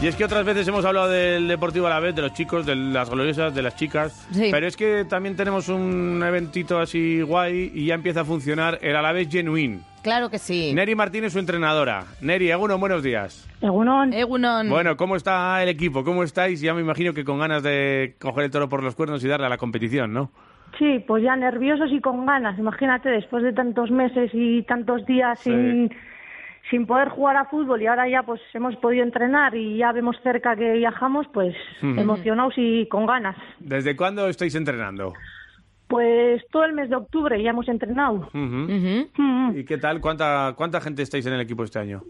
Y es que otras veces hemos hablado del Deportivo a la vez, de los chicos, de las gloriosas, de las chicas. Sí. Pero es que también tenemos un eventito así guay y ya empieza a funcionar el Alavés Genuine. Claro que sí. Neri Martínez, su entrenadora. Neri, algunos buenos días. Egunon, Egunon. Bueno, ¿cómo está el equipo? ¿Cómo estáis? Ya me imagino que con ganas de coger el toro por los cuernos y darle a la competición, ¿no? sí, pues ya nerviosos y con ganas. Imagínate, después de tantos meses y tantos días Sí. sin, sin poder jugar a fútbol y ahora ya pues hemos podido entrenar y ya vemos cerca que viajamos, pues Hmm. emocionados y con ganas. ¿Desde cuándo estáis entrenando? Pues todo el mes de octubre ya hemos entrenado. Ujú. Ujú. Mm, ¿Y qué tal? ¿Cuánta, ¿Cuánta gente estáis en el equipo este año?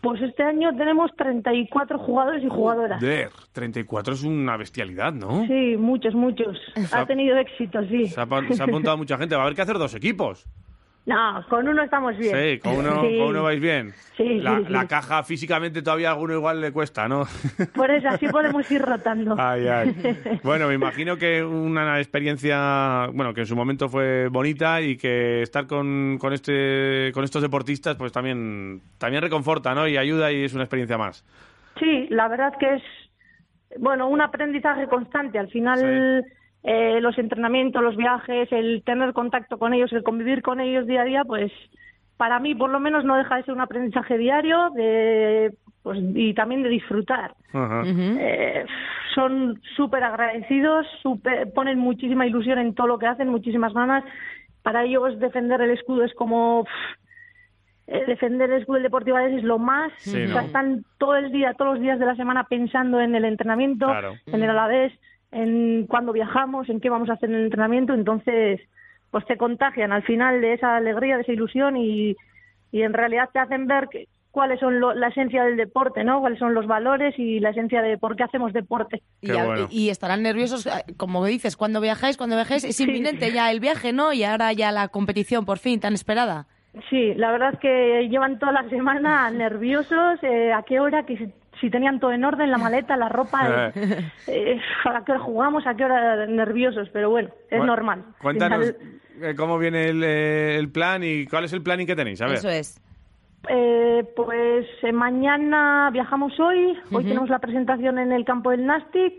Pues este año tenemos 34 jugadores y jugadoras. Der, 34 es una bestialidad, ¿no? Sí, muchos, muchos. Ha tenido éxito, sí. Se ha, pa- se ha apuntado mucha gente. Va a haber que hacer dos equipos. No, con uno estamos bien. Sí, con uno, Sí. con uno vais bien. Sí, la, sí, sí. la caja físicamente todavía a alguno igual le cuesta, ¿no? Por eso así podemos ir rotando. Ay, ay. Bueno, me imagino que una experiencia, bueno, que en su momento fue bonita y que estar con, con este, con estos deportistas, pues también, también reconforta, ¿no? Y ayuda y es una experiencia más. Sí, la verdad que es, bueno, un aprendizaje constante. Al final, eh, los entrenamientos, los viajes, el tener contacto con ellos, el convivir con ellos día a día, pues para mí, por lo menos, no deja de ser un aprendizaje diario de, pues, y también de disfrutar. Ajá. Eh, son súper agradecidos, súper- ponen muchísima ilusión en todo lo que hacen, muchísimas ganas. Para ellos defender el escudo es como... pff, eh, defender el escudo del Deportivo Alavés es lo más. Sí, O sea, ¿no? están todo el día, todos los días de la semana pensando en el entrenamiento, Claro. en el Alavés, en cuándo viajamos, en qué vamos a hacer en el entrenamiento. Entonces, pues te contagian al final de esa alegría, de esa ilusión y, y en realidad te hacen ver que- cuáles son lo- la esencia del deporte, ¿no? Cuáles son los valores y la esencia de por qué hacemos deporte. Y, Qué a- bueno. y estarán nerviosos, eh, como dices, cuando viajáis, cuando viajáis. Es inminente ya el viaje, ¿no? Y ahora ya la competición, por fin, tan esperada. Sí, la verdad es que llevan toda la semana nerviosos, eh, a qué hora, que si, si tenían todo en orden, la maleta, la ropa, eh, eh, a qué hora jugamos, a qué hora nerviosos, pero bueno, es Cu- normal. Cuéntanos Al final, eh, cómo viene el, eh, el plan y cuál es el plan y qué tenéis. A ver. Eso es. eh, pues eh, mañana viajamos hoy, hoy tenemos la presentación en el campo del Nastic,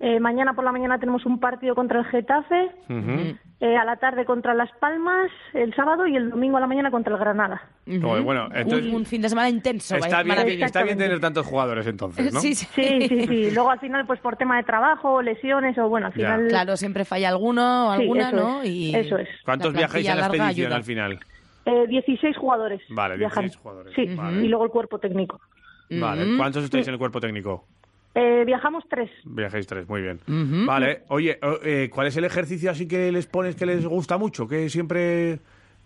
eh, mañana por la mañana tenemos un partido contra el Getafe, Ujú. eh, a la tarde contra Las Palmas, el sábado y el domingo a la mañana contra el Granada. Joder, Bueno, Un- entonces- un, fin de semana intenso. Está, vaya, bien, maravilla. está bien tener tantos jugadores entonces, ¿no? Sí, sí. Sí, sí, sí. Luego al final, pues por tema de trabajo, lesiones o bueno, al Ya. final. Claro, siempre falla alguno o Sí, alguna, eso ¿no? es, y eso es. ¿Cuántos la viajáis en la plantilla larga expedición ayuda. al final? Eh, 16 jugadores. Vale, 16 viajan. jugadores, Sí, vale. y luego el cuerpo técnico. Vale. ¿Cuántos estáis en el cuerpo técnico? Eh, viajamos tres. Viajáis tres, muy bien. Vale, oye, o- eh, ¿cuál es el ejercicio así que les pones que les gusta mucho? Que siempre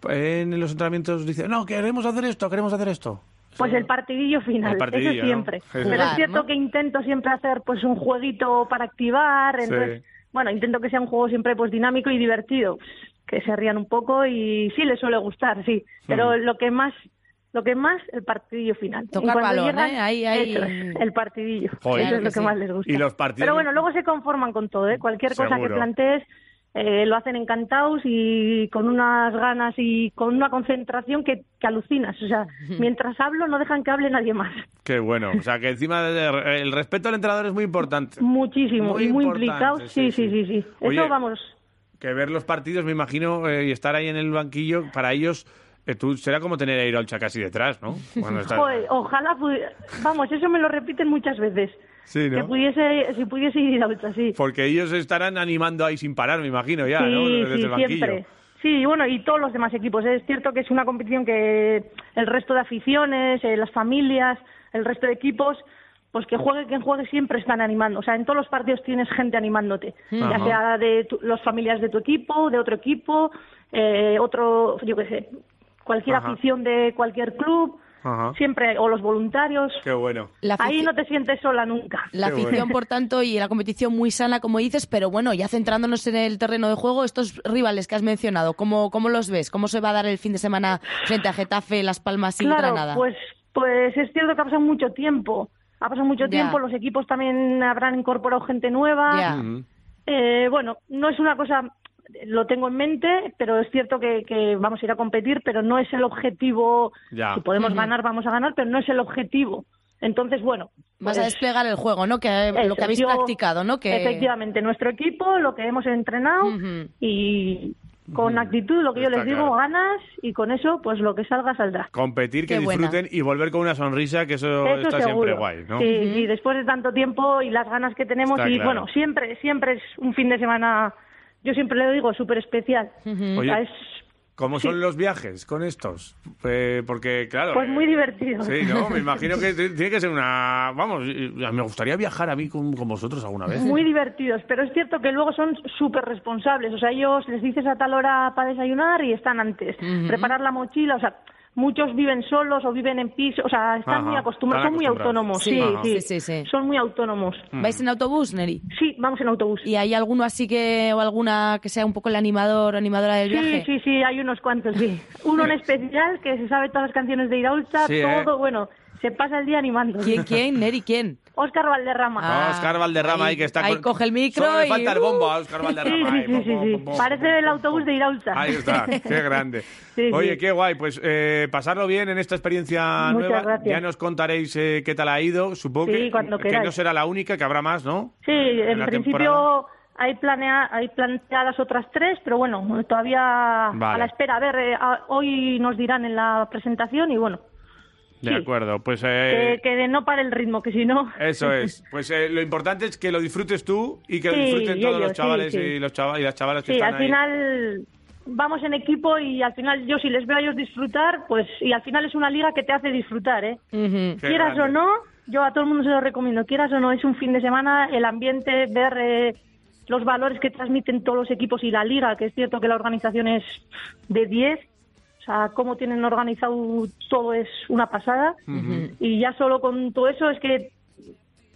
en los entrenamientos dicen, no, queremos hacer esto, queremos hacer esto. Pues el partidillo final, El partidillo, eso ¿no? siempre. Eso. Pero Jugar, es cierto ¿no? que intento siempre hacer pues un jueguito para activar, entonces, bueno, intento que sea un juego siempre pues dinámico y divertido, que se rían un poco y sí les suele gustar, sí, pero lo que más lo que más el partidillo final. Y Tocar cuando balón, llegan, ¿eh? Ahí- ahí- eso es, el partidillo. Joder. Eso Claro es lo que que sí. más les gusta. Y los partidos- Pero bueno, luego se conforman con todo, ¿eh? Cualquier cosa que Seguro. plantees eh, lo hacen encantados y con unas ganas y con una concentración que, que alucinas. O sea, mientras hablo no dejan que hable nadie más. Qué bueno. O sea, que encima de- el respeto al entrenador es muy importante. Muchísimo Muy y muy importante, implicados. sí, Sí, sí. sí, sí, sí. Oye, Eso vamos. Que ver los partidos, me imagino, eh, y estar ahí en el banquillo, para ellos, eh, tú será como tener a Ironcha casi detrás, ¿no? Cuando estás- Joder, ojalá pudi- Vamos, eso me lo repiten muchas veces. Sí, Que ¿no? pudiese, si pudiese ir a otra, sí. Porque ellos estarán animando ahí sin parar, me imagino, ya, ¿no? sí, Desde sí, el banquillo. siempre. Sí, y bueno, y todos los demás equipos. Es cierto que es una competición que el resto de aficiones, eh, las familias, el resto de equipos, pues que juegue quien juegue siempre están animando. O sea, en todos los partidos tienes gente animándote, Ajá. ya sea de tu- los familiares de tu equipo, de otro equipo, eh, otro, yo qué sé, cualquier Ajá. afición de cualquier club. Ajá. siempre, o los voluntarios. Qué bueno. La Ahí afici- no te sientes sola nunca. La Qué bueno. afición, por tanto, y la competición muy sana, como dices, pero bueno, ya centrándonos en el terreno de juego, estos rivales que has mencionado, ¿cómo, cómo los ves? ¿Cómo se va a dar el fin de semana frente a Getafe, Las Palmas y claro, Granada? pues, pues es cierto que ha pasado mucho tiempo. Ha pasado mucho Ya. tiempo, los equipos también habrán incorporado gente nueva. Ya. Ujú. Eh, bueno, no es una cosa, lo tengo en mente, pero es cierto que, que vamos a ir a competir, pero no es el objetivo. Ya. Si podemos Ujú. ganar, vamos a ganar, pero no es el objetivo. Entonces, bueno. Vas a pues, desplegar el juego, ¿no? Que eh, lo eso, que habéis yo- practicado, ¿no? Que... Efectivamente, nuestro equipo, lo que hemos entrenado Ujú. y con actitud, lo que yo Está les digo, claro. ganas y con eso, pues lo que salga, saldrá. Competir, que Qué buena. disfruten y volver con una sonrisa, que eso, Eso está siempre seguro. guay, ¿no? Sí, sí, después de tanto tiempo y las ganas que tenemos Está y claro. bueno, siempre, siempre es un fin de semana, yo siempre lo digo, súper especial. Oye, O sea, es ¿Cómo son los viajes con estos? Eh, porque, claro. pues eh, muy divertido. Sí, no, me imagino que t- tiene que ser una. Vamos, y- y me gustaría viajar a mí con, con vosotros alguna vez. Muy divertidos, pero es cierto que luego son súper responsables. O sea, ellos les dices a tal hora para desayunar y están antes. Preparar la mochila, o sea, muchos viven solos o viven en piso, o sea, están Ajá, muy acostumbrados, están son muy autónomos. acostumbrados. Sí, Ajá. sí, Sí, sí, sí. Son muy autónomos. ¿Vais Mm. en autobús, Neri? Sí, vamos en autobús. ¿Y hay alguno así que, o alguna que sea un poco el animador o animadora del Sí, viaje? sí, sí, hay unos cuantos, sí. Uno en especial que se sabe todas las canciones de Iraulza, Sí, ¿eh? todo, bueno, se pasa el día animando. ¿Quién, quién? Neri, quién? Óscar Valderrama. Ah, Oscar Valderrama ahí, ahí- que está ahí con- coge el micro Solo le y- uh. falta el bombo a Oscar Sí, Valderrama. eh, sí, ahí, sí, pom, sí, pom, pom, sí. pom, Parece el autobús de Iraulza. Ahí está, qué grande. Sí, Oye, sí. qué guay. Pues eh, pasarlo bien en esta experiencia Muchas nueva. gracias. Ya nos contaréis eh, qué tal ha ido. Supongo Sí, que, cuando que queráis. no será la única, que habrá más, ¿no? Sí, en la principio temporada. hay, planea, hay planteadas otras tres, pero bueno, todavía a Vale. la espera. A ver, eh, a- hoy nos dirán en la presentación y bueno, De sí. acuerdo, pues. que, Eh, que no para el ritmo, que si no. Eso es. Pues eh, lo importante es que lo disfrutes tú y que lo Sí, disfruten y todos ellos, los chavales sí, sí. Y, los chava- y las chavalas que Sí, están al ahí. final vamos en equipo y al final yo si les veo a ellos disfrutar, pues y al final es una liga que te hace disfrutar, ¿eh? Qué Ujú. quieras grande. o no, yo a todo el mundo se lo recomiendo, quieras o no, es un fin de semana, el ambiente, ver eh, los valores que transmiten todos los equipos y la liga, que es cierto que la organización es de 10, o sea, cómo tienen organizado todo es una pasada, y ya solo con todo eso es que,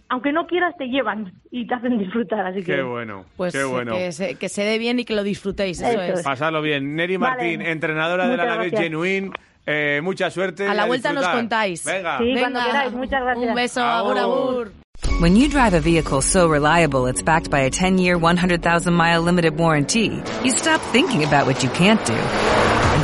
aunque no quieras, te llevan y te hacen disfrutar, así que... Qué bueno. Pues qué bueno. que, se, que se dé bien y que lo disfrutéis, eso, Eso es. es. Pasarlo bien. Neri Vale. Martín, entrenadora del Muchas Alavés gracias. Genuine. eh, mucha suerte. A la y vuelta nos disfrutar. contáis. Venga. Sí. cuando queráis, muchas gracias. Un beso, agur, Agur. agur. When you drive a vehicle so reliable it's backed by a 10-year, 100,000-mile limited warranty, you stop thinking about what you can't do and